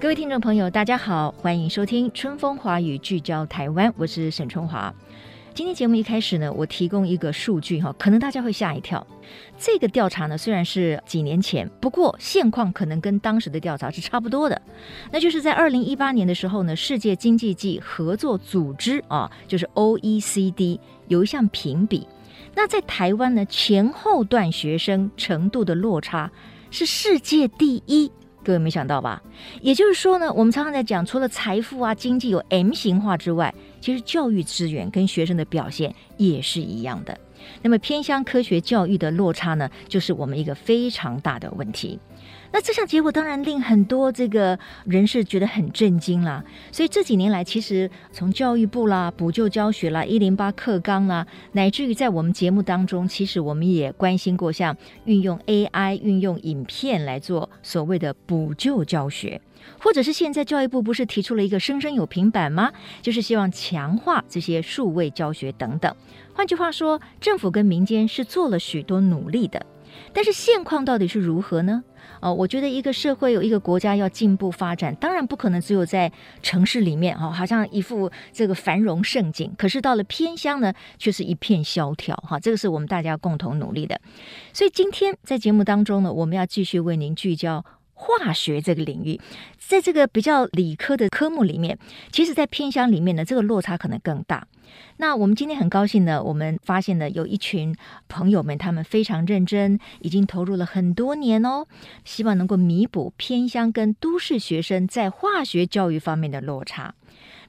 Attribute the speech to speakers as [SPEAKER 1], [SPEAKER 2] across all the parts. [SPEAKER 1] 各位听众朋友，大家好，欢迎收听《春风华语》，聚焦台湾，我是沈春华。今天节目一开始呢，我提供一个数据哈，可能大家会吓一跳。这个调查呢，虽然是几年前，不过现况可能跟当时的调查是差不多的。那就是在二零一八年的时候呢，世界经济暨合作组织啊，就是 OECD 有一项评比，那在台湾呢，前后段学生程度的落差是世界第一。各位没想到吧？也就是说呢，我们常常在讲，除了财富啊、经济有 M 型化之外，其实教育资源跟学生的表现也是一样的。那么偏向科学教育的落差呢，就是我们一个非常大的问题。那这项结果当然令很多这个人士觉得很震惊啦。所以这几年来，其实从教育部啦、补救教学啦、一零八课纲啦，乃至于在我们节目当中，其实我们也关心过像运用 AI、运用影片来做所谓的补救教学。或者是现在教育部不是提出了一个“生生有平板”吗？就是希望强化这些数位教学等等。换句话说，政府跟民间是做了许多努力的，但是现况到底是如何呢？呃，我觉得一个社会有一个国家要进步发展，当然不可能只有在城市里面哦哈，好像一副这个繁荣盛景，可是到了偏乡呢，却是一片萧条哈。这个是我们大家共同努力的。所以今天在节目当中呢，我们要继续为您聚焦。化学这个领域，在这个比较理科的科目里面，其实，在偏乡里面呢，这个落差可能更大。那我们今天很高兴呢，我们发现呢，有一群朋友们，他们非常认真，已经投入了很多年哦，希望能够弥补偏乡跟都市学生在化学教育方面的落差。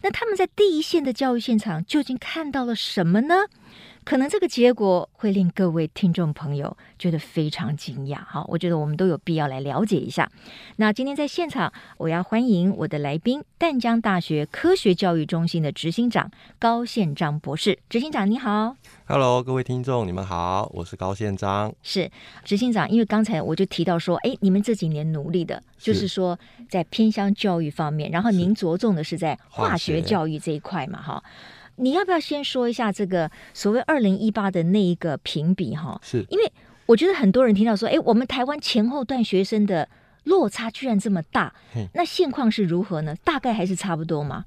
[SPEAKER 1] 那他们在第一线的教育现场究竟看到了什么呢？可能这个结果会令各位听众朋友觉得非常惊讶哈，我觉得我们都有必要来了解一下。那今天在现场，我要欢迎我的来宾，淡江大学科学教育中心的执行长高宪章博士。执行长你好
[SPEAKER 2] ，Hello，各位听众你们好，我是高宪章。
[SPEAKER 1] 是执行长，因为刚才我就提到说，哎，你们这几年努力的，就是说在偏乡教育方面，然后您着重的是在化学教育这一块嘛，哈。你要不要先说一下这个所谓二零一八的那一个评比哈？
[SPEAKER 2] 是
[SPEAKER 1] 因为我觉得很多人听到说，哎，我们台湾前后段学生的落差居然这么大，那现况是如何呢？大概还是差不多吗？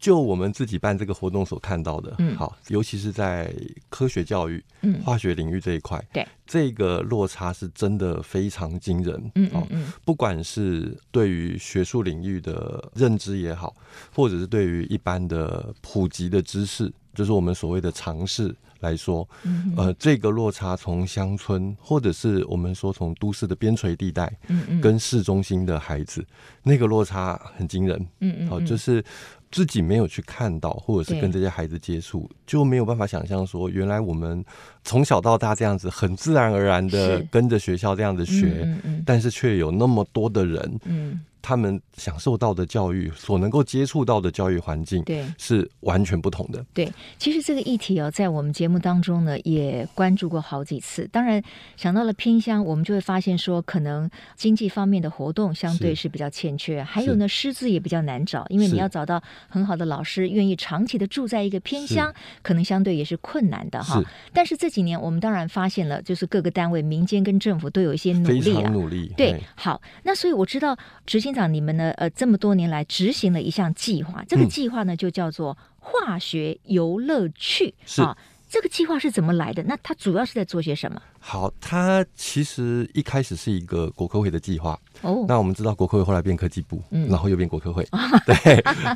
[SPEAKER 2] 就我们自己办这个活动所看到的，嗯，好，尤其是在科学教育、嗯，化学领域这一块，
[SPEAKER 1] 对
[SPEAKER 2] 这个落差是真的非常惊人，
[SPEAKER 1] 嗯嗯嗯、
[SPEAKER 2] 哦，不管是对于学术领域的认知也好，或者是对于一般的普及的知识，就是我们所谓的常识来说，
[SPEAKER 1] 嗯、
[SPEAKER 2] 呃，这个落差从乡村，或者是我们说从都市的边陲地带，
[SPEAKER 1] 嗯嗯，
[SPEAKER 2] 跟市中心的孩子，那个落差很惊人，
[SPEAKER 1] 嗯嗯，
[SPEAKER 2] 好、哦，就是。自己没有去看到，或者是跟这些孩子接触，就没有办法想象说，原来我们从小到大这样子，很自然而然的跟着学校这样子学，
[SPEAKER 1] 嗯嗯嗯
[SPEAKER 2] 但是却有那么多的人，
[SPEAKER 1] 嗯，
[SPEAKER 2] 他们享受到的教育，所能够接触到的教育环境，
[SPEAKER 1] 对，
[SPEAKER 2] 是完全不同的。
[SPEAKER 1] 对，其实这个议题哦，在我们节目当中呢，也关注过好几次。当然，想到了偏乡，我们就会发现说，可能经济方面的活动相对是比较欠缺，还有呢，师资也比较难找，因为你要找到。很好的老师愿意长期的住在一个偏乡，可能相对也是困难的哈。
[SPEAKER 2] 是
[SPEAKER 1] 但是这几年我们当然发现了，就是各个单位、民间跟政府都有一些努力
[SPEAKER 2] 了、啊，努力。
[SPEAKER 1] 对，好，那所以我知道执行长你们呢，呃，这么多年来执行了一项计划，
[SPEAKER 2] 嗯
[SPEAKER 1] 这个计划呢就叫做化学游乐趣、
[SPEAKER 2] 嗯、
[SPEAKER 1] 啊。这个计划是怎么来的？那它主要是在做些什么？
[SPEAKER 2] 好，它其实一开始是一个国科会的计划。
[SPEAKER 1] 哦，
[SPEAKER 2] 那我们知道国科会后来变科技部，
[SPEAKER 1] 嗯、
[SPEAKER 2] 然后又变 国科会。对，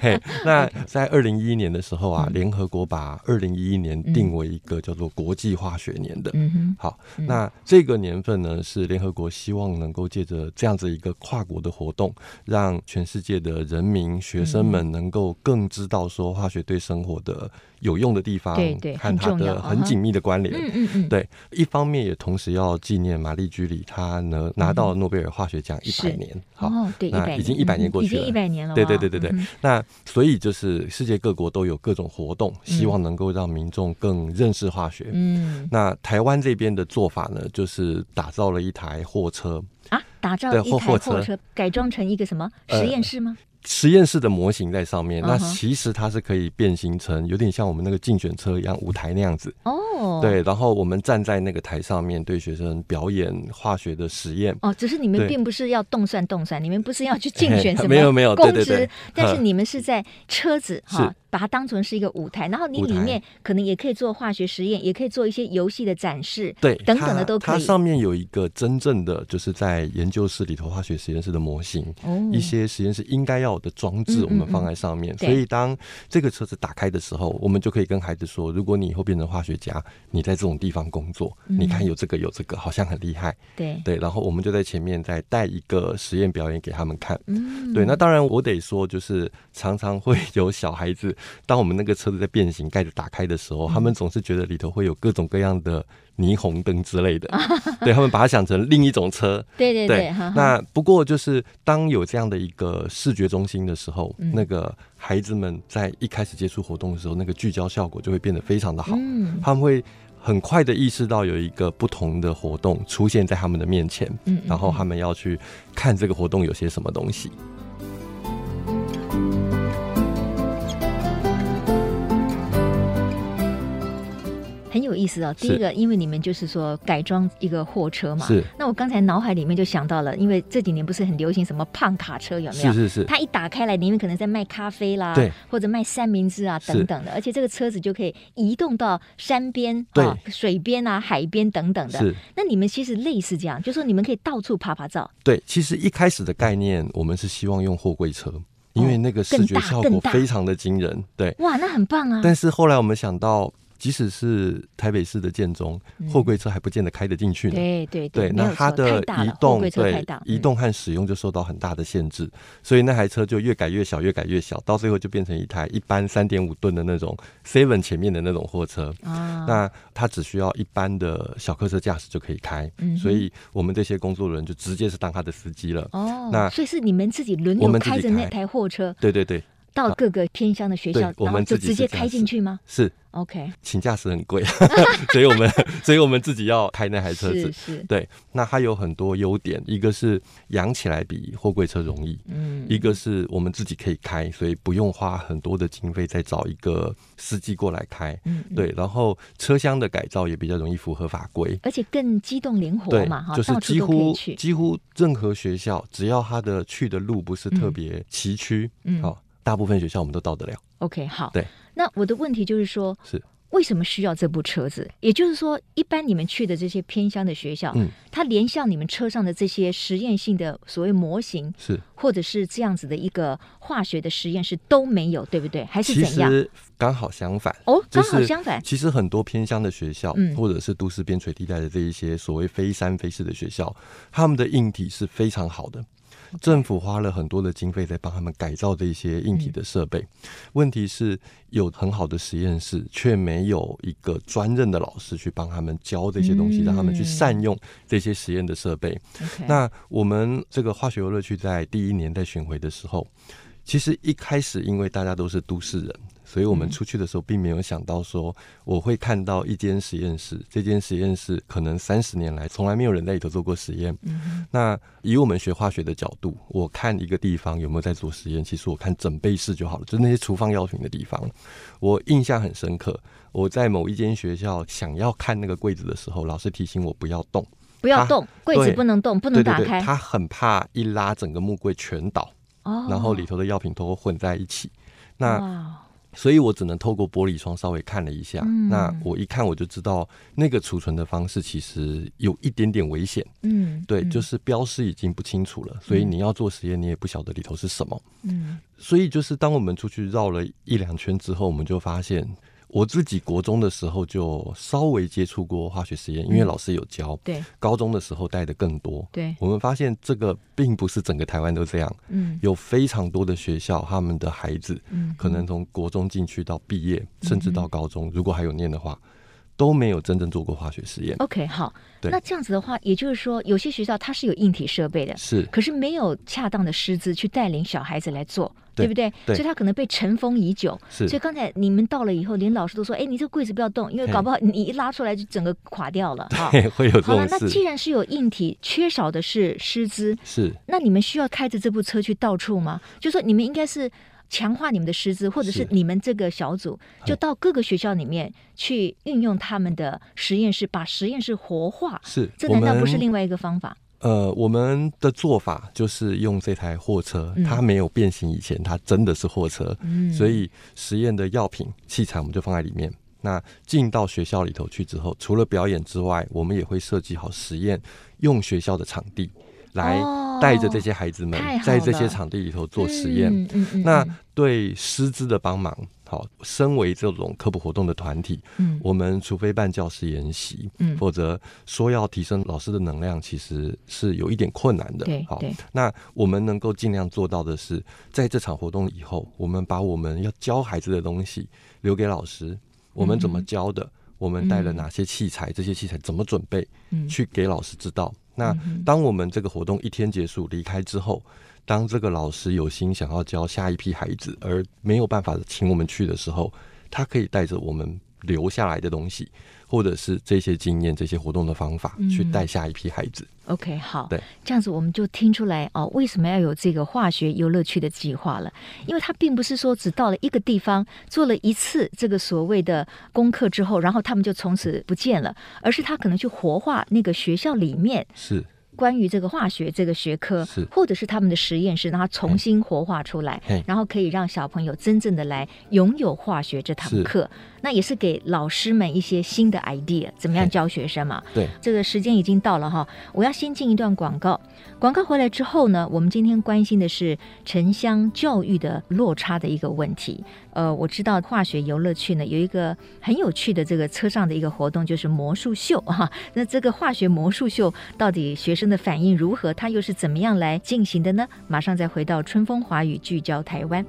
[SPEAKER 2] 嘿那在二零一一年的时候啊，
[SPEAKER 1] 嗯
[SPEAKER 2] 联合国把二零一一年定为一个叫做国际化学年的。
[SPEAKER 1] 嗯哼，
[SPEAKER 2] 好，那这个年份呢，是联合国希望能够借着这样子一个跨国的活动，
[SPEAKER 1] 嗯
[SPEAKER 2] 让全世界的人民、学生们能够更知道说化学对生活的。有用的地方，
[SPEAKER 1] 对对
[SPEAKER 2] 和它
[SPEAKER 1] 很重要
[SPEAKER 2] 的很紧密的关联。
[SPEAKER 1] 嗯嗯嗯，
[SPEAKER 2] 对，一方面也同时要纪念玛丽居里，她呢拿到诺贝尔化学奖一
[SPEAKER 1] 嗯是
[SPEAKER 2] 百年，好，
[SPEAKER 1] 哦，对，一
[SPEAKER 2] 那
[SPEAKER 1] 百
[SPEAKER 2] 已经100年过去
[SPEAKER 1] 已经
[SPEAKER 2] 了
[SPEAKER 1] 一百年了哇，
[SPEAKER 2] 对对对对对
[SPEAKER 1] 嗯哼，
[SPEAKER 2] 那所以就是世界各国都有各种活动，希望能够让民众更认识化学。
[SPEAKER 1] 嗯
[SPEAKER 2] 那台湾这边的做法呢，就是打造了一台货车，
[SPEAKER 1] 啊，打造
[SPEAKER 2] 对
[SPEAKER 1] 一
[SPEAKER 2] 货
[SPEAKER 1] 台
[SPEAKER 2] 货
[SPEAKER 1] 货
[SPEAKER 2] 车
[SPEAKER 1] 车，改装成一个什么
[SPEAKER 2] 呃
[SPEAKER 1] 实验室吗？
[SPEAKER 2] 实验室的模型在上面。那
[SPEAKER 1] 嗯哼
[SPEAKER 2] 其实它是可以变形成有点像我们那个竞选车一样舞台那样子。
[SPEAKER 1] 哦，，
[SPEAKER 2] 对，然后我们站在那个台上面对学生表演化学的实验。
[SPEAKER 1] 哦，只是你们
[SPEAKER 2] 对
[SPEAKER 1] 并不是要动算动算，你们不是要去竞 选什么
[SPEAKER 2] 没有没有
[SPEAKER 1] 公
[SPEAKER 2] 对对
[SPEAKER 1] 职
[SPEAKER 2] 对，
[SPEAKER 1] 但是
[SPEAKER 2] 呵
[SPEAKER 1] 你们是在车子哈
[SPEAKER 2] 是，
[SPEAKER 1] 把它当成是一个舞台，然后你
[SPEAKER 2] 舞
[SPEAKER 1] 里
[SPEAKER 2] 台
[SPEAKER 1] 面可能也可以做化学实验，也可以做一些游戏的展示，
[SPEAKER 2] 对，
[SPEAKER 1] 等等的
[SPEAKER 2] 它
[SPEAKER 1] 都可
[SPEAKER 2] 它
[SPEAKER 1] 以。
[SPEAKER 2] 上面有一个真正的，就是在研究室里头化学实验室的模型，
[SPEAKER 1] 哦
[SPEAKER 2] 一些实验室应该要有的装
[SPEAKER 1] 嗯
[SPEAKER 2] 置，
[SPEAKER 1] 嗯
[SPEAKER 2] 我们放在上面。
[SPEAKER 1] 对
[SPEAKER 2] 所以当这个车子打开的时候，我们就可以跟孩子说：如果你以后变成化学家，你在这种地方工作，
[SPEAKER 1] 嗯
[SPEAKER 2] 你看有这个有这个，好像很厉害。
[SPEAKER 1] 对，
[SPEAKER 2] 对，然后我们就在前面再带一个实验表演给他们看。
[SPEAKER 1] 嗯，
[SPEAKER 2] 对，那当然我得说，就是常常会 有小孩子，当我们那个车子在变形，盖子打开的时候，他
[SPEAKER 1] 嗯
[SPEAKER 2] 们总是觉得里头会有各种各样的霓虹灯之类的， 对他们把它想成另一种车。
[SPEAKER 1] 对对对，哈哈
[SPEAKER 2] 那不过就是当有这样的一个视觉中心的时候，
[SPEAKER 1] 嗯
[SPEAKER 2] 那个孩子们在一开始接触活动的时候，那个聚焦效果就会变得非常的好，
[SPEAKER 1] 嗯
[SPEAKER 2] 他们会。很快的意识到有一个不同的活动出现在他们的面前，
[SPEAKER 1] 嗯，
[SPEAKER 2] 然后
[SPEAKER 1] 嗯
[SPEAKER 2] 他们要去看这个活动有些什么东西。
[SPEAKER 1] 很有意思哦。第一
[SPEAKER 2] 是
[SPEAKER 1] 个，因为你们就是说改装一个货车嘛，
[SPEAKER 2] 是
[SPEAKER 1] 那我刚才脑海里面就想到了，因为这几年不是很流行什么胖卡车，有没有？
[SPEAKER 2] 是是是，
[SPEAKER 1] 它一打开来，里面可能在卖咖啡啦，
[SPEAKER 2] 对，
[SPEAKER 1] 或者卖三明治啊
[SPEAKER 2] 是
[SPEAKER 1] 等等的，而且这个车子就可以移动到山边、
[SPEAKER 2] 对
[SPEAKER 1] 啊、水边啊、海边等等的。
[SPEAKER 2] 是
[SPEAKER 1] 那你们其实类似这样，就说你们可以到处拍拍照，
[SPEAKER 2] 对。其实一开始的概念，我们是希望用货柜车，因为那个视觉效
[SPEAKER 1] 哦更
[SPEAKER 2] 果
[SPEAKER 1] 大
[SPEAKER 2] 非常的惊人，对。
[SPEAKER 1] 哇，那很棒啊！
[SPEAKER 2] 但是后来我们想到，即使是台北市的建中，
[SPEAKER 1] 嗯
[SPEAKER 2] 货柜车还不见得开得进去呢。
[SPEAKER 1] 对对
[SPEAKER 2] 对，
[SPEAKER 1] 没有
[SPEAKER 2] 那
[SPEAKER 1] 错
[SPEAKER 2] 它的
[SPEAKER 1] 太大
[SPEAKER 2] 移
[SPEAKER 1] 了，货
[SPEAKER 2] 动
[SPEAKER 1] 柜车太
[SPEAKER 2] 对
[SPEAKER 1] 大，
[SPEAKER 2] 移
[SPEAKER 1] 嗯
[SPEAKER 2] 动和使用就受到很大的限制，所以那台车就越改越小，越改越小，到最后就变成一台一般三点五吨的那种 Seven 前面的那种货车。
[SPEAKER 1] 啊，
[SPEAKER 2] 那它只需要一般的小客车驾驶就可以开，
[SPEAKER 1] 嗯哼
[SPEAKER 2] 所以我们这些工作人员就直接是当他的司机了。
[SPEAKER 1] 哦，
[SPEAKER 2] 那
[SPEAKER 1] 所以是你们自己轮
[SPEAKER 2] 我
[SPEAKER 1] 流
[SPEAKER 2] 们自己
[SPEAKER 1] 开着那
[SPEAKER 2] 开
[SPEAKER 1] 台货车
[SPEAKER 2] 对对对，
[SPEAKER 1] 到各个偏乡的学校，
[SPEAKER 2] 对
[SPEAKER 1] 然
[SPEAKER 2] 我
[SPEAKER 1] 后
[SPEAKER 2] 们
[SPEAKER 1] 就
[SPEAKER 2] 自己
[SPEAKER 1] 直接
[SPEAKER 2] 是这样
[SPEAKER 1] 开进
[SPEAKER 2] 子
[SPEAKER 1] 去吗
[SPEAKER 2] 是
[SPEAKER 1] ？OK，
[SPEAKER 2] 请驾驶 很贵，所以我们所以我们自己要开那台车
[SPEAKER 1] 是
[SPEAKER 2] 子。
[SPEAKER 1] 是，
[SPEAKER 2] 对，那它有很多优点，一个是养起来比货柜车容易，
[SPEAKER 1] 嗯，
[SPEAKER 2] 一个是我们自己可以开，所以不用花很多的经费再找一个司机过来开。
[SPEAKER 1] 嗯，嗯
[SPEAKER 2] 对，然后车厢的改造也比较容易符合法规。
[SPEAKER 1] 而且更机动灵活
[SPEAKER 2] 对
[SPEAKER 1] 嘛，哈，
[SPEAKER 2] 就是
[SPEAKER 1] 到处
[SPEAKER 2] 几
[SPEAKER 1] 都可以
[SPEAKER 2] 乎
[SPEAKER 1] 去。
[SPEAKER 2] 几乎任何学校，只要它的去的路不是特别崎岖，
[SPEAKER 1] 嗯
[SPEAKER 2] 好、大部分学校我们都到得了。
[SPEAKER 1] OK，好。
[SPEAKER 2] 对，
[SPEAKER 1] 那我的问题就是说，
[SPEAKER 2] 是
[SPEAKER 1] 为什么需要这部车子？也就是说，一般你们去的这些偏乡的学校，
[SPEAKER 2] 嗯，
[SPEAKER 1] 它连像你们车上的这些实验性的所谓模型，
[SPEAKER 2] 是，
[SPEAKER 1] 或者是这样子的一个化学的实验室都没有，对不对？还是
[SPEAKER 2] 其
[SPEAKER 1] 怎样？
[SPEAKER 2] 实刚好相反。
[SPEAKER 1] 哦，
[SPEAKER 2] 就
[SPEAKER 1] 刚好
[SPEAKER 2] 是
[SPEAKER 1] 相反，
[SPEAKER 2] 其实很多偏乡的学校，
[SPEAKER 1] 嗯
[SPEAKER 2] 或者是都市边陲地带的这一些所谓非山非市的学校，他们的硬体是非常好的。政府花了很多的经费在帮他们改造这些硬体的设备，
[SPEAKER 1] 嗯
[SPEAKER 2] 问题是有很好的实验室，却没有一个专任的老师去帮他们教这些东西，
[SPEAKER 1] 嗯
[SPEAKER 2] 让他们去善用这些实验的设备。
[SPEAKER 1] OK
[SPEAKER 2] 那我们这个化学游乐区在第一年在巡回的时候，其实一开始因为大家都是都市人，所以我们出去的时候并没有想到说我会看到一间实验室，这间实验室可能三十年来从来没有人在里头做过实验。那以我们学化学的角度，我看一个地方有没有在做实验，其实我看整备室就好了，就是那些厨房药品的地方。我印象很深刻，我在某一间学校想要看那个柜子的时候，老师提醒我不要动。
[SPEAKER 1] 不要
[SPEAKER 2] 它
[SPEAKER 1] 动，柜子
[SPEAKER 2] 对
[SPEAKER 1] 不能动，不能
[SPEAKER 2] 对对
[SPEAKER 1] 打
[SPEAKER 2] 对，
[SPEAKER 1] 开。
[SPEAKER 2] 他很怕一拉整个木柜全倒，
[SPEAKER 1] 哦，
[SPEAKER 2] 然后里头的药品都混在一起。那
[SPEAKER 1] 哇，
[SPEAKER 2] 所以，我只能透过玻璃窗稍微看了一下。
[SPEAKER 1] 嗯
[SPEAKER 2] 那我一看我就知道，那个储存的方式其实有一点点危险。
[SPEAKER 1] 嗯，
[SPEAKER 2] 对，就是是标示已经不清楚了，所以你要做实验，你也不晓得里头是什么。
[SPEAKER 1] 嗯
[SPEAKER 2] 所以，就是当我们出去绕了一两圈之后，我们就发现。我自己国中的时候就稍微接触过化学实验，因为老师有教。
[SPEAKER 1] 嗯对
[SPEAKER 2] 高中的时候带的更多。
[SPEAKER 1] 对，
[SPEAKER 2] 我们发现这个并不是整个台湾都这样，
[SPEAKER 1] 嗯
[SPEAKER 2] 有非常多的学校，他们的孩子
[SPEAKER 1] 嗯哼嗯
[SPEAKER 2] 可能从国中进去到毕业，甚至到高中，如果还有念的话，都没有真正做过化学实验。
[SPEAKER 1] ，OK，好。
[SPEAKER 2] 对
[SPEAKER 1] 那这样子的话，也就是说，有些学校它是有硬体设备的，
[SPEAKER 2] 是
[SPEAKER 1] 可是没有恰当的师资去带领小孩子来做，
[SPEAKER 2] 对
[SPEAKER 1] 不对？
[SPEAKER 2] 对
[SPEAKER 1] 所以他可能被尘封已久。
[SPEAKER 2] 是
[SPEAKER 1] 所以刚才你们到了以后，连老师都说：“哎，你这个柜子不要动，因为
[SPEAKER 2] 嘿
[SPEAKER 1] 搞不好你一拉出来就整个垮掉了。”啊。
[SPEAKER 2] 会有这
[SPEAKER 1] 好了
[SPEAKER 2] 种，
[SPEAKER 1] 那既
[SPEAKER 2] 事。
[SPEAKER 1] 然是有硬体，缺少的是师资，
[SPEAKER 2] 是
[SPEAKER 1] 那你们需要开着这部车去到处吗？就说你们应该是强化你们的师资，或者是
[SPEAKER 2] 是
[SPEAKER 1] 你们这个小组就到各个学校里面去运用他们的实验室，把实验室活化。
[SPEAKER 2] 是，
[SPEAKER 1] 这
[SPEAKER 2] 我
[SPEAKER 1] 难道不
[SPEAKER 2] 们
[SPEAKER 1] 是另外一个方法？
[SPEAKER 2] 呃，我们的做法就是用这台货车，
[SPEAKER 1] 嗯
[SPEAKER 2] 它没有变形以前，它真的是货车，
[SPEAKER 1] 嗯
[SPEAKER 2] 所以实验的药品器材我们就放在里面。那进到学校里头去之后，除了表演之外，我们也会设计好实验，用学校的场地来
[SPEAKER 1] 哦
[SPEAKER 2] 带着这些孩子们
[SPEAKER 1] 太好
[SPEAKER 2] 在这
[SPEAKER 1] 了
[SPEAKER 2] 些场地里头做实验。
[SPEAKER 1] 嗯嗯嗯，
[SPEAKER 2] 那对师资的帮忙，好，身为这种科普活动的团体，
[SPEAKER 1] 嗯
[SPEAKER 2] 我们除非办教师研习，
[SPEAKER 1] 嗯
[SPEAKER 2] 否则说要提升老师的能量，其实是有一点困难的。
[SPEAKER 1] 对
[SPEAKER 2] 好
[SPEAKER 1] 对，
[SPEAKER 2] 那我们能够尽量做到的是，在这场活动以后，我们把我们要教孩子的东西留给老师，我们
[SPEAKER 1] 嗯
[SPEAKER 2] 怎么教的，我们带了哪些器材，这些器材怎么准备，
[SPEAKER 1] 嗯
[SPEAKER 2] 去给老师知道。那当我们这个活动一天结束离开之后，当这个老师有心想要教下一批孩子，而没有办法请我们去的时候，他可以带着我们留下来的东西，或者是这些经验、这些活动的方法，
[SPEAKER 1] 嗯
[SPEAKER 2] 去带下一批孩子。
[SPEAKER 1] OK，好，
[SPEAKER 2] 对，
[SPEAKER 1] 这样子我们就听出来哦，为什么要有这个化学游乐区的计划了？因为它并不是说只到了一个地方做了一次这个所谓的功课之后，然后他们就从此不见了，而是他可能去活化那个学校里面
[SPEAKER 2] 是
[SPEAKER 1] 关于这个化学这个学科
[SPEAKER 2] 是，
[SPEAKER 1] 或者是他们的实验室，让它重新活化出来
[SPEAKER 2] 嘿，
[SPEAKER 1] 然后可以让小朋友真正的来拥有化学这堂
[SPEAKER 2] 是
[SPEAKER 1] 课。那也是给老师们一些新的 idea，怎么样
[SPEAKER 2] 嘿
[SPEAKER 1] 教学生嘛？
[SPEAKER 2] 对，
[SPEAKER 1] 这个时间已经到了哈，我要先进一段广告。广告回来之后呢，我们今天关心的是城乡教育的落差的一个问题。呃，我知道化学游乐区呢有一个很有趣的这个车上的一个活动，就是魔术秀哈、那这个化学魔术秀到底学生的反应如何？它又是怎么样来进行的呢？马上再回到春风华语聚焦台湾。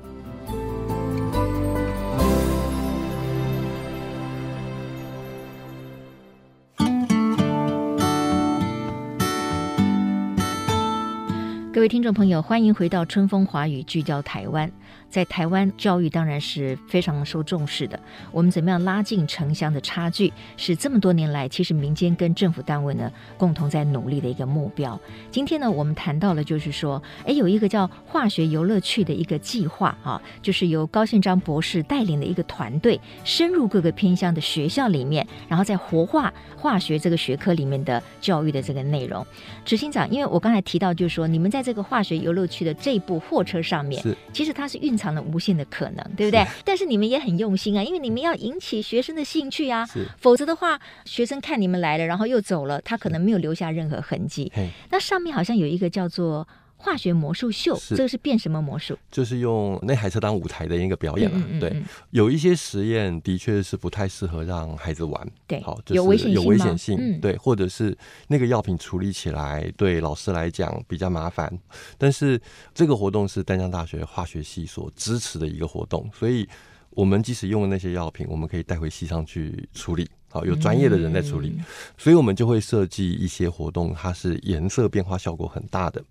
[SPEAKER 1] 各位听众朋友，欢迎回到《春风华语》，聚焦台湾。在台湾，教育当然是非常受重视的。我们怎么样拉近城乡的差距，是这么多年来其实民间跟政府单位呢共同在努力的一个目标。今天呢，我们谈到了就是说，哎，有一个叫化学游乐区的一个计划啊，就是由高宪章博士带领的一个团队，深入各个偏乡的学校里面，然后再活化化学这个学科里面的教育的这个内容。执行长，因为我刚才提到，就是说你们在这个化学游乐区的这一部货车上面
[SPEAKER 2] 是，
[SPEAKER 1] 其实它是蕴藏了无限的可能，对不对？但是你们也很用心啊，因为你们要引起学生的兴趣啊
[SPEAKER 2] 是，
[SPEAKER 1] 否则的话，学生看你们来了，然后又走了，他可能没有留下任何痕迹。
[SPEAKER 2] 嘿，
[SPEAKER 1] 那上面好像有一个叫做。化学魔术秀，
[SPEAKER 2] 是
[SPEAKER 1] 这个是变什么魔术？
[SPEAKER 2] 就是用那台车当舞台的一个表演了、啊
[SPEAKER 1] 嗯嗯嗯
[SPEAKER 2] 对
[SPEAKER 1] 嗯，
[SPEAKER 2] 有一些实验的确是不太适合让孩子玩，
[SPEAKER 1] 对
[SPEAKER 2] 好，
[SPEAKER 1] 有危险
[SPEAKER 2] 有
[SPEAKER 1] 性
[SPEAKER 2] 危
[SPEAKER 1] 吗
[SPEAKER 2] 险性，
[SPEAKER 1] 嗯
[SPEAKER 2] 对，或者是那个药品处理起来对老师来讲比较麻烦。但是这个活动是丹江大学化学系所支持的一个活动，所以我们即使用了那些药品，我们可以带回系上去处理。好，
[SPEAKER 1] 嗯
[SPEAKER 2] 有专业的人在处理，所以我们就会设计一些活动，它是颜色变化效果很大的，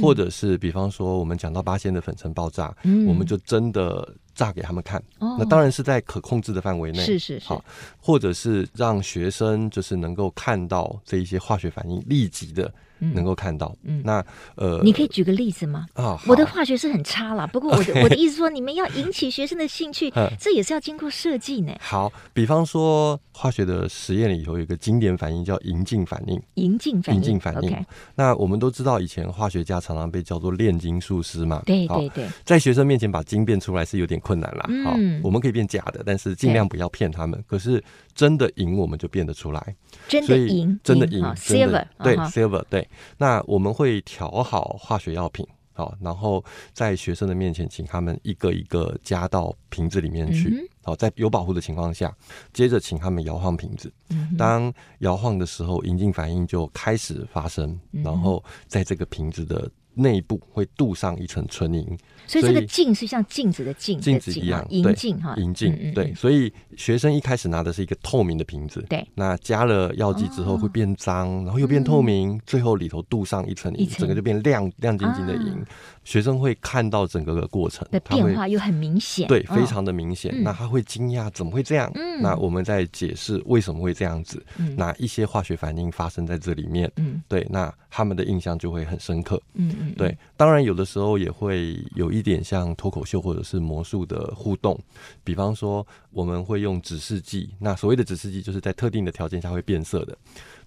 [SPEAKER 2] 或者是比方说我们讲到八仙的粉尘爆炸，
[SPEAKER 1] 嗯
[SPEAKER 2] 我们就真的炸给他们看。
[SPEAKER 1] 哦
[SPEAKER 2] 那当然是在可控制的范围内，
[SPEAKER 1] 是是是
[SPEAKER 2] 好，或者是让学生就是能够看到这一些化学反应，立即的能够看到。嗯，那呃，
[SPEAKER 1] 你可以举个例子吗？
[SPEAKER 2] 啊，
[SPEAKER 1] 我的
[SPEAKER 2] 好
[SPEAKER 1] 化学是很差啦，不过我的 我的意思说，你们要引起学生的兴趣
[SPEAKER 2] 嗯，
[SPEAKER 1] 这也是要经过设计呢。
[SPEAKER 2] 好，比方说化学的实验里头有一个经典反应叫银镜反应。
[SPEAKER 1] 银镜反应，
[SPEAKER 2] 银镜反应
[SPEAKER 1] OK，
[SPEAKER 2] 那我们都知道，以前化学家常常被叫做炼金术师嘛。
[SPEAKER 1] 对
[SPEAKER 2] 好
[SPEAKER 1] 对对，
[SPEAKER 2] 在学生面前把金变出来是有点困难啦。
[SPEAKER 1] 嗯
[SPEAKER 2] 好，我们可以变假的，但是尽量不要骗他们。可是真的赢，我们就变得出来。
[SPEAKER 1] 真
[SPEAKER 2] 所
[SPEAKER 1] 的
[SPEAKER 2] 以
[SPEAKER 1] 银，
[SPEAKER 2] 真的赢
[SPEAKER 1] 啊
[SPEAKER 2] 真的
[SPEAKER 1] ，silver，
[SPEAKER 2] 对
[SPEAKER 1] 啊哈
[SPEAKER 2] silver，对。那我们会调好化学药品。好，然后在学生的面前，请他们一个一个加到瓶子里面去。
[SPEAKER 1] 嗯哼
[SPEAKER 2] 好，在有保护的情况下，接着请他们摇晃瓶子。
[SPEAKER 1] 嗯
[SPEAKER 2] 当摇晃的时候，银镜反应就开始发生，
[SPEAKER 1] 嗯
[SPEAKER 2] 然后在这个瓶子的内部会镀上一层纯银，
[SPEAKER 1] 所以这个
[SPEAKER 2] 所以
[SPEAKER 1] 镜是像镜子的镜的
[SPEAKER 2] 镜子一
[SPEAKER 1] 哈
[SPEAKER 2] 样，
[SPEAKER 1] 银
[SPEAKER 2] 对
[SPEAKER 1] 镜哈，嗯
[SPEAKER 2] 银
[SPEAKER 1] 嗯
[SPEAKER 2] 镜
[SPEAKER 1] 嗯
[SPEAKER 2] 对。所以学生一开始拿的是一个透明的瓶子，
[SPEAKER 1] 对哦
[SPEAKER 2] 那加了药剂之后会变脏，然后又变透明，最后里头镀上一层
[SPEAKER 1] 嗯一
[SPEAKER 2] 银，
[SPEAKER 1] 层啊
[SPEAKER 2] 整个就变亮亮晶晶的银。学生会看到整个的过程
[SPEAKER 1] 的
[SPEAKER 2] 他会
[SPEAKER 1] 变化又很明显，
[SPEAKER 2] 对，
[SPEAKER 1] 哦
[SPEAKER 2] 非常的明显。
[SPEAKER 1] 嗯
[SPEAKER 2] 那他会惊讶，怎么会这样？
[SPEAKER 1] 嗯
[SPEAKER 2] 那我们在解释为什么会这样子，
[SPEAKER 1] 嗯
[SPEAKER 2] 哪一些化学反应发生在这里面？
[SPEAKER 1] 嗯
[SPEAKER 2] 对，那他们的印象就会很深刻。
[SPEAKER 1] 嗯嗯，
[SPEAKER 2] 对，当然有的时候也会有一点像脱口秀或者是魔术的互动，比方说我们会用指示剂，那所谓的指示剂就是在特定的条件下会变色的，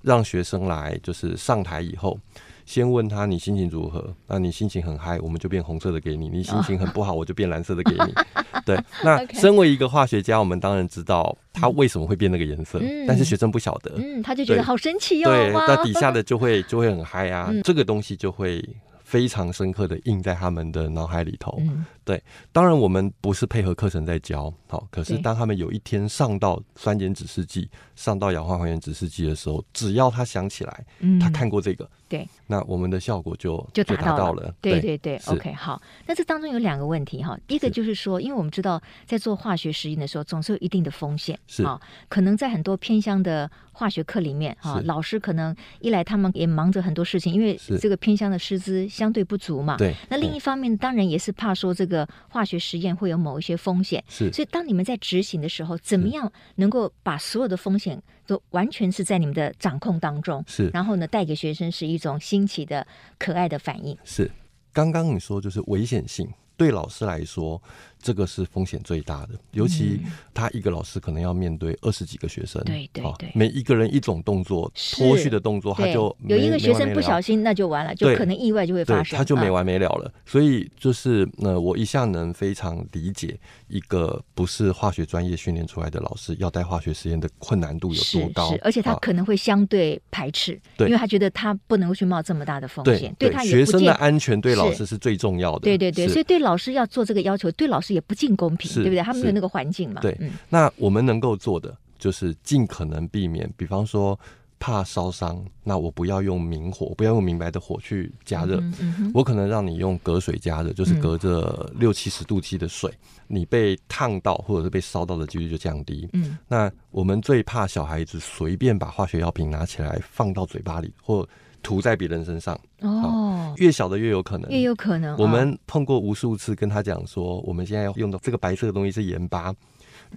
[SPEAKER 2] 让学生来就是上台以后。先问他你心情如何？那你心情很嗨，我们就变红色的给你；你心情很不好，我就变蓝色的给你。 对，那
[SPEAKER 1] OK
[SPEAKER 2] 身为一个化学家，我们当然知道他为什么会变那个颜色，
[SPEAKER 1] 嗯
[SPEAKER 2] 但是学生不晓得。
[SPEAKER 1] 嗯，他就觉得
[SPEAKER 2] 对
[SPEAKER 1] 好神奇哦，
[SPEAKER 2] 对，
[SPEAKER 1] 哇
[SPEAKER 2] 那底下的就会就会很嗨啊，
[SPEAKER 1] 嗯
[SPEAKER 2] 这个东西就会非常深刻的印在他们的脑海里头。
[SPEAKER 1] 嗯
[SPEAKER 2] 对，当然我们不是配合课程在教，好，可是
[SPEAKER 1] 对
[SPEAKER 2] 当他们有一天上到酸碱指示剂、上到氧化还原指示剂的时候，只要他想起来，
[SPEAKER 1] 嗯
[SPEAKER 2] 他看过这个，
[SPEAKER 1] 对，
[SPEAKER 2] 那我们的效果就
[SPEAKER 1] 就达
[SPEAKER 2] 达
[SPEAKER 1] 到
[SPEAKER 2] 到
[SPEAKER 1] 了
[SPEAKER 2] 了。
[SPEAKER 1] 对对对
[SPEAKER 2] 是
[SPEAKER 1] ，OK，好。那这当中有两个问题哈，一个就是说，因为我们知道在做化学实验的时候，总是有一定的风险，
[SPEAKER 2] 是
[SPEAKER 1] 啊，可能在很多偏乡的化学课里面哈，
[SPEAKER 2] 是
[SPEAKER 1] 老师可能一来他们也忙着很多事情，因为
[SPEAKER 2] 是
[SPEAKER 1] 这个偏乡的师资相对不足嘛，。
[SPEAKER 2] 对，
[SPEAKER 1] 那另一
[SPEAKER 2] 对
[SPEAKER 1] 方面，当然也是怕说这个化学实验会有某一些风险，
[SPEAKER 2] 是
[SPEAKER 1] 所以当你们在执行的时候，怎么样能够把所有的风险都完全是在你们的掌控当中？
[SPEAKER 2] 是
[SPEAKER 1] 然后呢，带给学生是一种新奇的、可爱的反应。
[SPEAKER 2] 是，刚刚你说就是危险性，对老师来说，这个是风险最大的，尤其他一个老师可能要面对二十几个学生，
[SPEAKER 1] 嗯对对
[SPEAKER 2] 好
[SPEAKER 1] 对
[SPEAKER 2] 每一个人一种动作，
[SPEAKER 1] 是
[SPEAKER 2] 脱序的动作，他
[SPEAKER 1] 对，
[SPEAKER 2] 就
[SPEAKER 1] 有一
[SPEAKER 2] 没
[SPEAKER 1] 个学生不小。
[SPEAKER 2] 没完没了
[SPEAKER 1] 心，那就完了，就
[SPEAKER 2] 对
[SPEAKER 1] 可能意外就会发
[SPEAKER 2] 对，
[SPEAKER 1] 生，
[SPEAKER 2] 他就没
[SPEAKER 1] 啊。
[SPEAKER 2] 完没了了。所以就是，呃，我一向能非常理解一个不是化学专业训练出来的老师要带化学实验的困难度有
[SPEAKER 1] 是
[SPEAKER 2] 多高
[SPEAKER 1] 是，，而且他
[SPEAKER 2] 啊
[SPEAKER 1] 可能会相对排斥，
[SPEAKER 2] 对
[SPEAKER 1] 因为他觉得他不能够去冒这么大的风
[SPEAKER 2] 对
[SPEAKER 1] 险，他也
[SPEAKER 2] 学
[SPEAKER 1] 不
[SPEAKER 2] 生
[SPEAKER 1] 见
[SPEAKER 2] 的安全对老
[SPEAKER 1] 是
[SPEAKER 2] 师是最重要的。
[SPEAKER 1] 对对对，
[SPEAKER 2] 是
[SPEAKER 1] 所以对老师要做这个要求，对老师也不尽公平，
[SPEAKER 2] 是
[SPEAKER 1] 对不对？他没有
[SPEAKER 2] 是
[SPEAKER 1] 那个环境嘛。
[SPEAKER 2] 对
[SPEAKER 1] 嗯，
[SPEAKER 2] 那我们能够做的就是尽可能避免，比方说怕烧伤，那我不要用明火，不要用明白的火去加热。
[SPEAKER 1] 嗯嗯哼
[SPEAKER 2] 我可能让你用隔水加热，就是
[SPEAKER 1] 嗯
[SPEAKER 2] 隔着六七十度 C 的水，你被烫到或者是被烧到的几率就降低。
[SPEAKER 1] 嗯，
[SPEAKER 2] 那我们最怕小孩子随便把化学药品拿起来放到嘴巴里或涂在别人身上，
[SPEAKER 1] 哦，
[SPEAKER 2] 越小的越有可能。
[SPEAKER 1] 也有可能。
[SPEAKER 2] 我
[SPEAKER 1] 啊
[SPEAKER 2] 们碰过无数次，跟他讲说，我们现在要用的这个白色的东西是盐巴，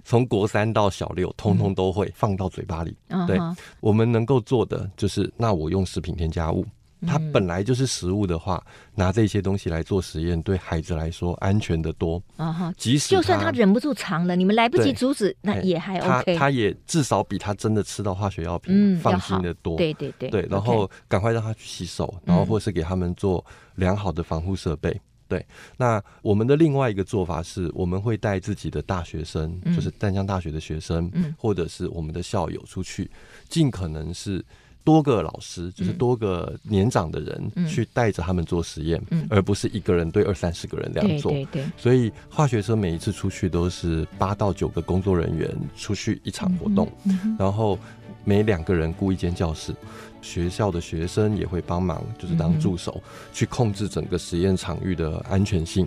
[SPEAKER 2] 从国三到小六，通通都会放到嘴巴里。
[SPEAKER 1] 嗯
[SPEAKER 2] 对
[SPEAKER 1] 哼
[SPEAKER 2] 我们能够做的就是，那我用食品添加物，
[SPEAKER 1] 嗯
[SPEAKER 2] 它本来就是食物的话，拿这些东西来做实验，对孩子来说安全的多。
[SPEAKER 1] 啊哈，
[SPEAKER 2] 即使
[SPEAKER 1] 就算他忍不住尝了，你们来不及
[SPEAKER 2] 对
[SPEAKER 1] 阻止，那
[SPEAKER 2] 哎
[SPEAKER 1] 也还
[SPEAKER 2] 他
[SPEAKER 1] OK。
[SPEAKER 2] 他也至少比他真的吃到化学药品
[SPEAKER 1] 嗯，要
[SPEAKER 2] 放
[SPEAKER 1] 好
[SPEAKER 2] 心的多。
[SPEAKER 1] 对对对
[SPEAKER 2] 对，然
[SPEAKER 1] OK 嗯
[SPEAKER 2] 后赶快让他去洗手，然后或是给他们做良好的防护设备。对，那我们的另外一个做法是，我们会带自己的大学生，
[SPEAKER 1] 嗯
[SPEAKER 2] 就是淡江大学的学生，或者是我们的校友出去，尽可能是。多个老师，
[SPEAKER 1] 嗯
[SPEAKER 2] 就是多个年长的人、去带着他们做实验，而不是一个人对二三十个人这样
[SPEAKER 1] 对
[SPEAKER 2] 做。
[SPEAKER 1] 嗯对对，
[SPEAKER 2] 所以化学车每一次出去都是八到九个工作人员出去一场
[SPEAKER 1] 嗯
[SPEAKER 2] 活动，然后每两个人雇一间教室，学校的学生也会帮忙，就是当助手、去控制整个实验场域的安全性。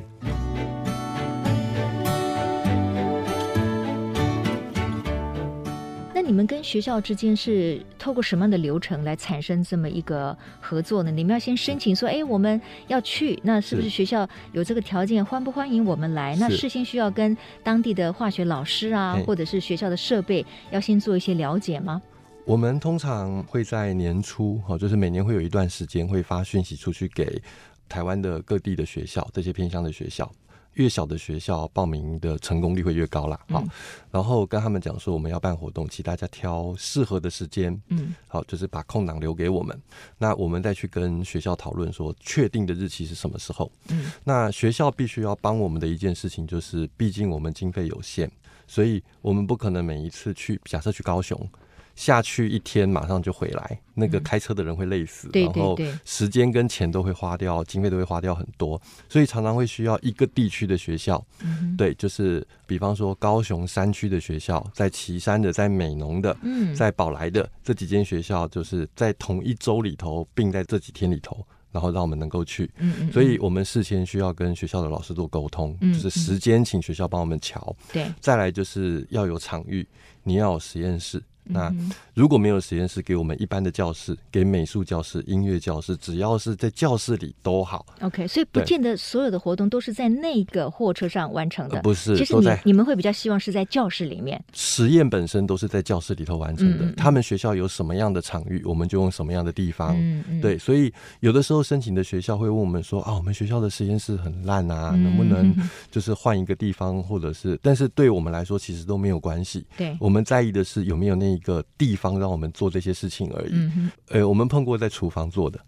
[SPEAKER 1] 那你们跟学校之间是透过什么样的流程来产生这么一个合作呢？你们要先申请说，哎，我们要去，那是不是
[SPEAKER 2] 是
[SPEAKER 1] 学校有这个条件，欢不欢迎我们来？那
[SPEAKER 2] 是
[SPEAKER 1] 事先需要跟当地的化学老师啊
[SPEAKER 2] 哎，
[SPEAKER 1] 或者是学校的设备，要先做一些了解吗？
[SPEAKER 2] 我们通常会在年初，哦，就是每年会有一段时间会发讯息出去给台湾的各地的学校，这些偏乡的学校。越小的学校报名的成功率会越高啦，好、然后跟他们讲说我们要办活动，请大家挑适合的时间，
[SPEAKER 1] 嗯，
[SPEAKER 2] 好，就是把空档留给我们，那我们再去跟学校讨论说确定的日期是什么时候，
[SPEAKER 1] 嗯，
[SPEAKER 2] 那学校必须要帮我们的一件事情就是，毕竟我们经费有限，所以我们不可能每一次去，假设去高雄，下去一天马上就回来，那个开车的人会累死，
[SPEAKER 1] 嗯对
[SPEAKER 2] 然
[SPEAKER 1] 对
[SPEAKER 2] 后
[SPEAKER 1] 对
[SPEAKER 2] 时间跟钱都会花掉，经费都会花掉很多，所以常常会需要一个地区的学校，对，就是比方说高雄山区的学校，在旗山的，在美浓的，
[SPEAKER 1] 嗯
[SPEAKER 2] 在宝来的这几间学校，就是在同一周里头，并在这几天里头，然后让我们能够去。
[SPEAKER 1] 嗯嗯，
[SPEAKER 2] 所以我们事先需要跟学校的老师做沟通，
[SPEAKER 1] 嗯
[SPEAKER 2] 就是时间请学校帮我们瞧。
[SPEAKER 1] 对，
[SPEAKER 2] 再来就是要有场域，你要有实验室。那
[SPEAKER 1] 嗯
[SPEAKER 2] 如果没有实验室，给我们一般的教室，给美术教室、音乐教室，只要是在教室里都好，
[SPEAKER 1] OK，所以不
[SPEAKER 2] 对
[SPEAKER 1] 见得所有的活动都是在那个货车上完成的，
[SPEAKER 2] 呃不是
[SPEAKER 1] 其实
[SPEAKER 2] 都
[SPEAKER 1] 你
[SPEAKER 2] 在
[SPEAKER 1] 你们会比较希望是在教室里面，
[SPEAKER 2] 实验本身都是在教室里头完成的。
[SPEAKER 1] 嗯嗯嗯
[SPEAKER 2] 他们学校有什么样的场域，我们就用什么样的地方。
[SPEAKER 1] 嗯嗯，
[SPEAKER 2] 对，所以有的时候申请的学校会问我们说啊，我们学校的实验室很烂啊，
[SPEAKER 1] 嗯
[SPEAKER 2] 能不能
[SPEAKER 1] 嗯
[SPEAKER 2] 就是换一个地方，或者是，但是对我们来说其实都没有关系。
[SPEAKER 1] 对，
[SPEAKER 2] 我们在意的是有没有那一个地方让我们做这些事情而已。
[SPEAKER 1] 嗯哼，
[SPEAKER 2] 呃，我们碰过在厨房做的，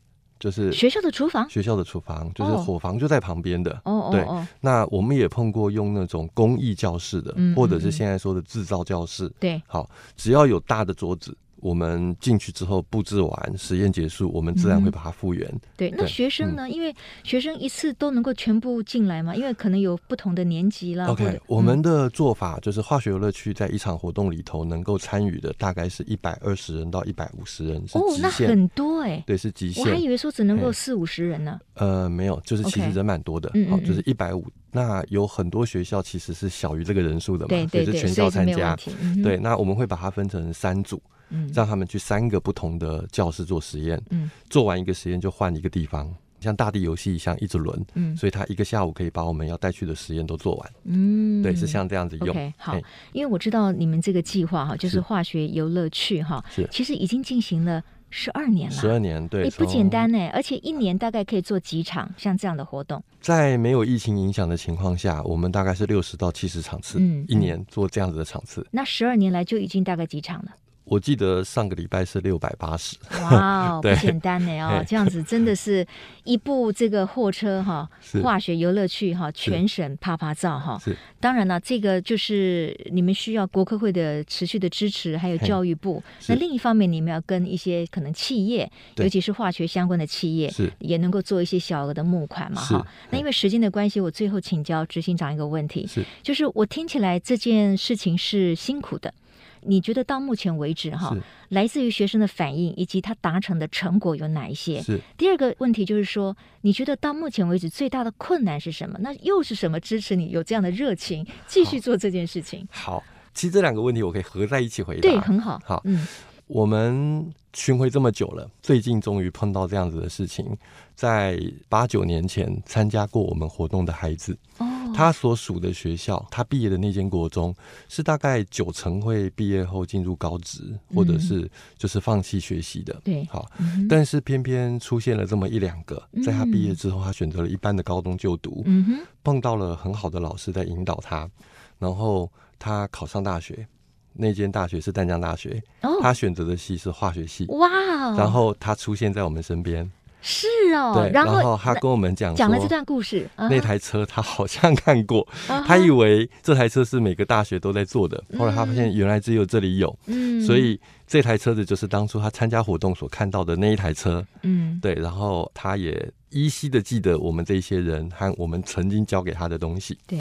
[SPEAKER 2] 就是
[SPEAKER 1] 学校的厨房，
[SPEAKER 2] 学校的厨房，就是
[SPEAKER 1] 哦
[SPEAKER 2] 伙房就在旁边的。
[SPEAKER 1] 哦哦
[SPEAKER 2] 对
[SPEAKER 1] 哦，
[SPEAKER 2] 那我们也碰过用那种工艺教室的，
[SPEAKER 1] 嗯
[SPEAKER 2] 或
[SPEAKER 1] 嗯
[SPEAKER 2] 者
[SPEAKER 1] 嗯
[SPEAKER 2] 是现在说的制造教室。
[SPEAKER 1] 对，
[SPEAKER 2] 好，只要有大的桌子，我们进去之后布置完，实验结束，我们自然会把它复原。
[SPEAKER 1] 对，那
[SPEAKER 2] 对嗯
[SPEAKER 1] 学生呢？因为学生一次都能够全部进来嘛，因为可能有不同的年级啦。或
[SPEAKER 2] OK，
[SPEAKER 1] 者嗯
[SPEAKER 2] 我们的做法就是化学游乐区在一场活动里头能够参与的大概是一百二十人到一百五十人是
[SPEAKER 1] 嗯哦，
[SPEAKER 2] 极
[SPEAKER 1] 那
[SPEAKER 2] 限，
[SPEAKER 1] 很多哎，
[SPEAKER 2] 对，是极
[SPEAKER 1] 我还
[SPEAKER 2] 限
[SPEAKER 1] 以。为说只能够
[SPEAKER 2] 嘿
[SPEAKER 1] 四五十人呢。
[SPEAKER 2] 呃，没有，就是其
[SPEAKER 1] OK
[SPEAKER 2] 实人蛮多的
[SPEAKER 1] 嗯，嗯
[SPEAKER 2] 好，就是
[SPEAKER 1] 嗯
[SPEAKER 2] 一百五。那有很多学校其实是小于这个人数的嘛，
[SPEAKER 1] 对
[SPEAKER 2] 所
[SPEAKER 1] 对
[SPEAKER 2] 以是
[SPEAKER 1] 对，
[SPEAKER 2] 全
[SPEAKER 1] 所以
[SPEAKER 2] 校
[SPEAKER 1] 是
[SPEAKER 2] 参
[SPEAKER 1] 没有问
[SPEAKER 2] 加。
[SPEAKER 1] 题。嗯哼
[SPEAKER 2] 对，，那我们会把它分成三组，
[SPEAKER 1] 嗯
[SPEAKER 2] 让他们去三个不同的教室做实验，
[SPEAKER 1] 嗯
[SPEAKER 2] 做完一个实验就换一个地方，像大地游戏一样一直轮，
[SPEAKER 1] 嗯
[SPEAKER 2] 所以他一个下午可以把我们要带去的实验都做完，
[SPEAKER 1] 嗯，
[SPEAKER 2] 对，是像这样子用。
[SPEAKER 1] OK，好
[SPEAKER 2] 嘿，
[SPEAKER 1] 因为我知道你们这个计划哈，就是
[SPEAKER 2] 是
[SPEAKER 1] 化学游乐趣哈
[SPEAKER 2] 是，
[SPEAKER 1] 其实已经进行了十二年
[SPEAKER 2] 十
[SPEAKER 1] 了。
[SPEAKER 2] 二年，对，
[SPEAKER 1] 也不
[SPEAKER 2] 从
[SPEAKER 1] 简。单呢，而且一年大概可以做几场像这样的活动。
[SPEAKER 2] 在没有疫情影响的情况下，我们大概是六十到七十场次，
[SPEAKER 1] 嗯
[SPEAKER 2] 一年做这样子的场次。
[SPEAKER 1] 那十二年来就已经大概几场了？
[SPEAKER 2] 我记得上个礼拜是六百八十，
[SPEAKER 1] 哇哦，不
[SPEAKER 2] 对
[SPEAKER 1] 简单呢哦
[SPEAKER 2] 嘿，
[SPEAKER 1] 这样子真的是一部这个货车哈，
[SPEAKER 2] 是
[SPEAKER 1] 化学游乐趣哈，全省啪啪照哈。
[SPEAKER 2] 是
[SPEAKER 1] 当然了，这个就是你们需要国科会的持续的支持，还有
[SPEAKER 2] 嘿
[SPEAKER 1] 教育部。
[SPEAKER 2] 是
[SPEAKER 1] 那另一方面，你们要跟一些可能企业，
[SPEAKER 2] 对
[SPEAKER 1] 尤其是化学相关的企业，
[SPEAKER 2] 是
[SPEAKER 1] 也能够做一些小额的募款嘛
[SPEAKER 2] 是
[SPEAKER 1] 哈。那
[SPEAKER 2] 嘿
[SPEAKER 1] 因为时间的关系，我最后请教执行长一个问题，
[SPEAKER 2] 是
[SPEAKER 1] 就是我听起来这件事情是辛苦的。你觉得到目前为止哈
[SPEAKER 2] 是，
[SPEAKER 1] 来自于学生的反应以及他达成的成果有哪一些？
[SPEAKER 2] 是。
[SPEAKER 1] 第二个问题就是说，你觉得到目前为止最大的困难是什么？那又是什么支持你有这样的热情继续做这件事情？
[SPEAKER 2] 好，其实这两个问题我可以合在一起回答。
[SPEAKER 1] 对，很好。
[SPEAKER 2] 好
[SPEAKER 1] 嗯
[SPEAKER 2] 我们巡回这么久了，最近终于碰到这样子的事情。在八九年前参加过我们活动的孩子，
[SPEAKER 1] 哦，
[SPEAKER 2] 他所属的学校，他毕业的那间国中，是大概九成会毕业后进入高职，或者是就是放弃学习的。
[SPEAKER 1] 嗯对
[SPEAKER 2] 好，
[SPEAKER 1] 嗯哼
[SPEAKER 2] 但是偏偏出现了这么一两个，在他毕业之后，他选择了一般的高中就读，
[SPEAKER 1] 嗯哼，
[SPEAKER 2] 碰到了很好的老师在引导他，然后他考上大学，那间大学是淡江大学，
[SPEAKER 1] 哦，
[SPEAKER 2] 他选择的系是化学系，
[SPEAKER 1] 哇哦，
[SPEAKER 2] 然后他出现在我们身边，
[SPEAKER 1] 是哦
[SPEAKER 2] 对，，
[SPEAKER 1] 然
[SPEAKER 2] 后
[SPEAKER 1] 后
[SPEAKER 2] 他跟我们讲
[SPEAKER 1] 讲了这
[SPEAKER 2] 说
[SPEAKER 1] 段故事，啊
[SPEAKER 2] 那
[SPEAKER 1] 哈
[SPEAKER 2] 台车他好像看过，
[SPEAKER 1] 啊哈
[SPEAKER 2] 他以为这台车是每个大学都在做的，后来他发现原来只有这里有，
[SPEAKER 1] 嗯，
[SPEAKER 2] 所以这台车子就是当初他参加活动所看到的那一台车。
[SPEAKER 1] 嗯
[SPEAKER 2] 对，然后他也依稀的记得我们这些人和我们曾经教给他的东西。
[SPEAKER 1] 对，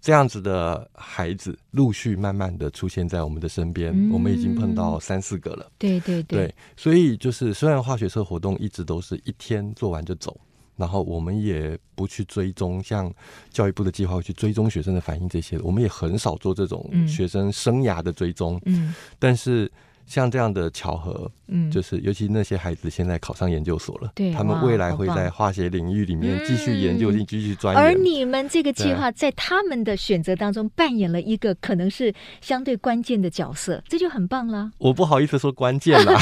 [SPEAKER 2] 这样子的孩子陆续慢慢的出现在我们的身边，
[SPEAKER 1] 嗯
[SPEAKER 2] 我们已经碰到三四个了。
[SPEAKER 1] 对对
[SPEAKER 2] 对，所以就是虽然化学社活动一直都是一天做完就走，然后我们也不去追踪，像教育部的计划会去追踪学生的反应这些的，我们也很少做这种
[SPEAKER 1] 嗯
[SPEAKER 2] 学生生涯的追踪。
[SPEAKER 1] 嗯
[SPEAKER 2] 但是像这样的巧合，
[SPEAKER 1] 嗯，
[SPEAKER 2] 就是尤其那些孩子现在考上研究所了，
[SPEAKER 1] 对
[SPEAKER 2] 他
[SPEAKER 1] 哇
[SPEAKER 2] 们未来
[SPEAKER 1] 好
[SPEAKER 2] 会
[SPEAKER 1] 棒
[SPEAKER 2] 在化学领域里面继续研究，
[SPEAKER 1] 嗯
[SPEAKER 2] 进继续钻研。
[SPEAKER 1] 而你们这个计划在他们的选择当中扮演了一个可能是相对关键的角色，这就很棒了。
[SPEAKER 2] 我不好意思说关键 啦，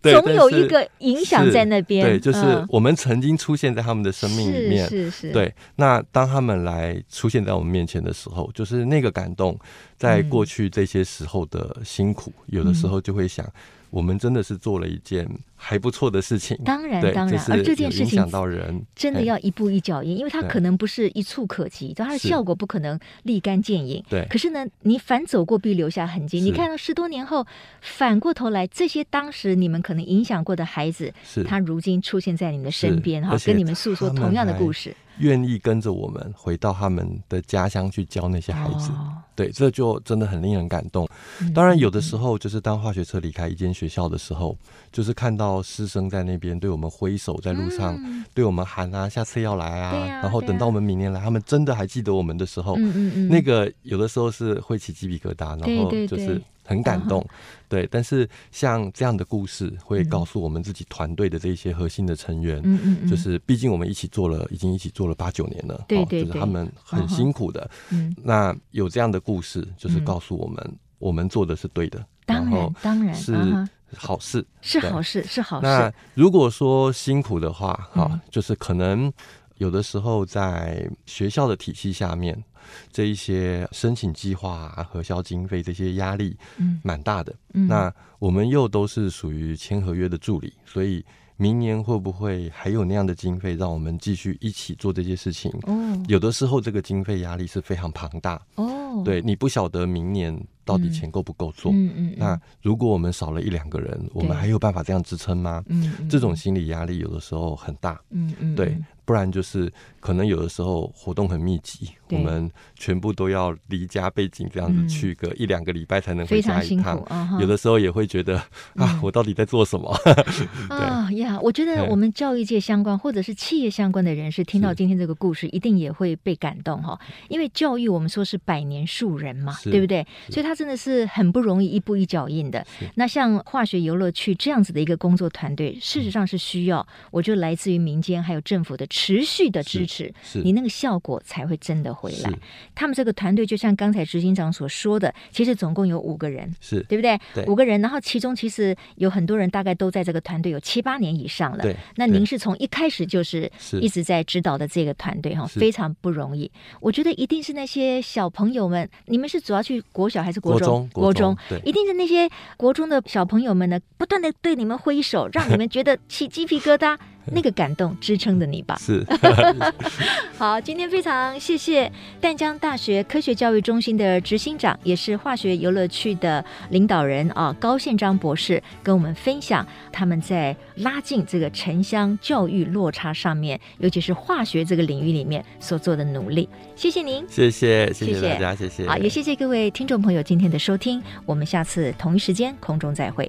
[SPEAKER 2] 对
[SPEAKER 1] 总有
[SPEAKER 2] 但是
[SPEAKER 1] 一个影响
[SPEAKER 2] 是
[SPEAKER 1] 在那边，
[SPEAKER 2] 对，就是
[SPEAKER 1] 嗯
[SPEAKER 2] 我们曾经出现在他们的生命里面。
[SPEAKER 1] 是是是，
[SPEAKER 2] 对，那当他们来出现在我们面前的时候，就是那个感动，在过去这些时候的辛苦，有的时候就会想，我们真的是做了一件还不错的事情。
[SPEAKER 1] 当然
[SPEAKER 2] 对，
[SPEAKER 1] 当然
[SPEAKER 2] 就是
[SPEAKER 1] 而这件
[SPEAKER 2] 有
[SPEAKER 1] 事
[SPEAKER 2] 影
[SPEAKER 1] 情
[SPEAKER 2] 响到人，
[SPEAKER 1] 真的
[SPEAKER 2] 嘿
[SPEAKER 1] 要一步一脚印，因为它
[SPEAKER 2] 对
[SPEAKER 1] 可能不是一蹴可及，它的
[SPEAKER 2] 是
[SPEAKER 1] 效果不可能立竿见影。
[SPEAKER 2] 对
[SPEAKER 1] 可是呢，你反走过必留下痕迹。
[SPEAKER 2] 是
[SPEAKER 1] 你看到十多年后，反过头来，这些当时你们可能影响过的孩子，
[SPEAKER 2] 是
[SPEAKER 1] 他如今出现在你们的身
[SPEAKER 2] 是
[SPEAKER 1] 边哈
[SPEAKER 2] 而，且
[SPEAKER 1] 跟你们诉说
[SPEAKER 2] 他们
[SPEAKER 1] 同样的
[SPEAKER 2] 还
[SPEAKER 1] 故事。
[SPEAKER 2] 愿意跟着我们回到他们的家乡去教那些孩子。
[SPEAKER 1] 哦
[SPEAKER 2] 对，这就真的很令人感动。
[SPEAKER 1] 嗯
[SPEAKER 2] 当然，有的时候就是当化学车离开一间学校的时候，就是看到师生在那边对我们挥手，在路上、
[SPEAKER 1] 嗯
[SPEAKER 2] 对我们喊啊，下次要来啊，
[SPEAKER 1] 对啊
[SPEAKER 2] 然后
[SPEAKER 1] 对
[SPEAKER 2] 等
[SPEAKER 1] 啊
[SPEAKER 2] 到我们明年来，他们真的还记得我们的时候，
[SPEAKER 1] 嗯嗯嗯，
[SPEAKER 2] 那个有的时候是会起鸡皮疙瘩，
[SPEAKER 1] 对
[SPEAKER 2] 然后
[SPEAKER 1] 对
[SPEAKER 2] 就是
[SPEAKER 1] 对嗯
[SPEAKER 2] 很感动，对。但是像这样的故事，会告诉我们自己团队的这些核心的成员，
[SPEAKER 1] 嗯嗯嗯，
[SPEAKER 2] 就是毕竟我们一起做了，已经一起做了八九年了，
[SPEAKER 1] 对对
[SPEAKER 2] 哦，就是
[SPEAKER 1] 对
[SPEAKER 2] 他们很辛苦的。
[SPEAKER 1] 嗯，
[SPEAKER 2] 那有这样的故事，就是
[SPEAKER 1] 嗯
[SPEAKER 2] 告诉我们，我们做的是对的，
[SPEAKER 1] 当
[SPEAKER 2] 然后
[SPEAKER 1] 然当然
[SPEAKER 2] 是
[SPEAKER 1] 啊哈，
[SPEAKER 2] 好事。
[SPEAKER 1] 是
[SPEAKER 2] 对
[SPEAKER 1] 好事是好
[SPEAKER 2] 那
[SPEAKER 1] 事，
[SPEAKER 2] 如果说辛苦的话，哈、
[SPEAKER 1] 嗯
[SPEAKER 2] 就是可能有的时候在学校的体系下面，这一些申请计划啊、核销经费这些压力
[SPEAKER 1] 嗯
[SPEAKER 2] 蛮大的。
[SPEAKER 1] 嗯，
[SPEAKER 2] 那我们又都是属于签合约的助理，所以明年会不会还有那样的经费让我们继续一起做这些事情？
[SPEAKER 1] 哦
[SPEAKER 2] 有的时候这个经费压力是非常庞大，
[SPEAKER 1] 哦，
[SPEAKER 2] 对你不晓得明年到底钱够不够做。
[SPEAKER 1] 嗯嗯，
[SPEAKER 2] 那如果我们少了一两个人，我们还有办法这样支撑吗？
[SPEAKER 1] 嗯嗯
[SPEAKER 2] 这种心理压力有的时候很大，
[SPEAKER 1] 嗯嗯
[SPEAKER 2] 对
[SPEAKER 1] 嗯，
[SPEAKER 2] 不然就是可能有的时候活动很密集，我
[SPEAKER 1] 对
[SPEAKER 2] 们全部都要离家背景这样子
[SPEAKER 1] 嗯
[SPEAKER 2] 去个一两个礼拜才能回
[SPEAKER 1] 非
[SPEAKER 2] 家
[SPEAKER 1] 常
[SPEAKER 2] 一
[SPEAKER 1] 辛苦
[SPEAKER 2] 趟。
[SPEAKER 1] 啊嗯哈，
[SPEAKER 2] 有的时候也会觉得啊，我到底在做什么？
[SPEAKER 1] 啊呀，我觉得
[SPEAKER 2] 对
[SPEAKER 1] 我们教育界相关或者是企业相关的人士听到
[SPEAKER 2] 是
[SPEAKER 1] 今天这个故事，一定也会被感动哈、因为教育我们说是百年树人嘛，
[SPEAKER 2] 是
[SPEAKER 1] 对不对？所以它真的是很不容易一步一脚印的。那像化学游乐区这样子的一个工作团队，事
[SPEAKER 2] 嗯
[SPEAKER 1] 实上是需要，我觉得来自于民间还有政府的持续的支
[SPEAKER 2] 是
[SPEAKER 1] 持，
[SPEAKER 2] 是
[SPEAKER 1] 你那个效果才会真的回来
[SPEAKER 2] 是。
[SPEAKER 1] 他们这个团队就像刚才执行长所说的，其实总共有五个人，
[SPEAKER 2] 是，
[SPEAKER 1] 对不对？
[SPEAKER 2] 对
[SPEAKER 1] 五个人，然后其中其实有很多人大概都在这个团队有七八年以上了。
[SPEAKER 2] 对
[SPEAKER 1] 那您
[SPEAKER 2] 对
[SPEAKER 1] 是从一开始就是
[SPEAKER 2] 是
[SPEAKER 1] 一直在指导的这个团队哈，
[SPEAKER 2] 是
[SPEAKER 1] 非常不容易。我觉得一定是那些小朋友们，你们是主要去国小还是国中？
[SPEAKER 2] 国中国中对
[SPEAKER 1] 一定是那些国中的小朋友们呢，不断的对你们挥手，让你们觉得起鸡皮疙 瘩，那个感动支撑着你吧。
[SPEAKER 2] 是，
[SPEAKER 1] 好，今天非常谢谢淡江大学科学教育中心的执行长，也是化学游乐区的领导人啊高宪章博士，跟我们分享他们在拉近这个城乡教育落差上面，尤其是化学这个领域里面所做的努力。谢谢您。
[SPEAKER 2] 谢谢，谢
[SPEAKER 1] 谢
[SPEAKER 2] 谢
[SPEAKER 1] 谢
[SPEAKER 2] 大家，谢谢。
[SPEAKER 1] 好，也谢谢各位听众朋友今天的收听，我们下次同一时间空中再会。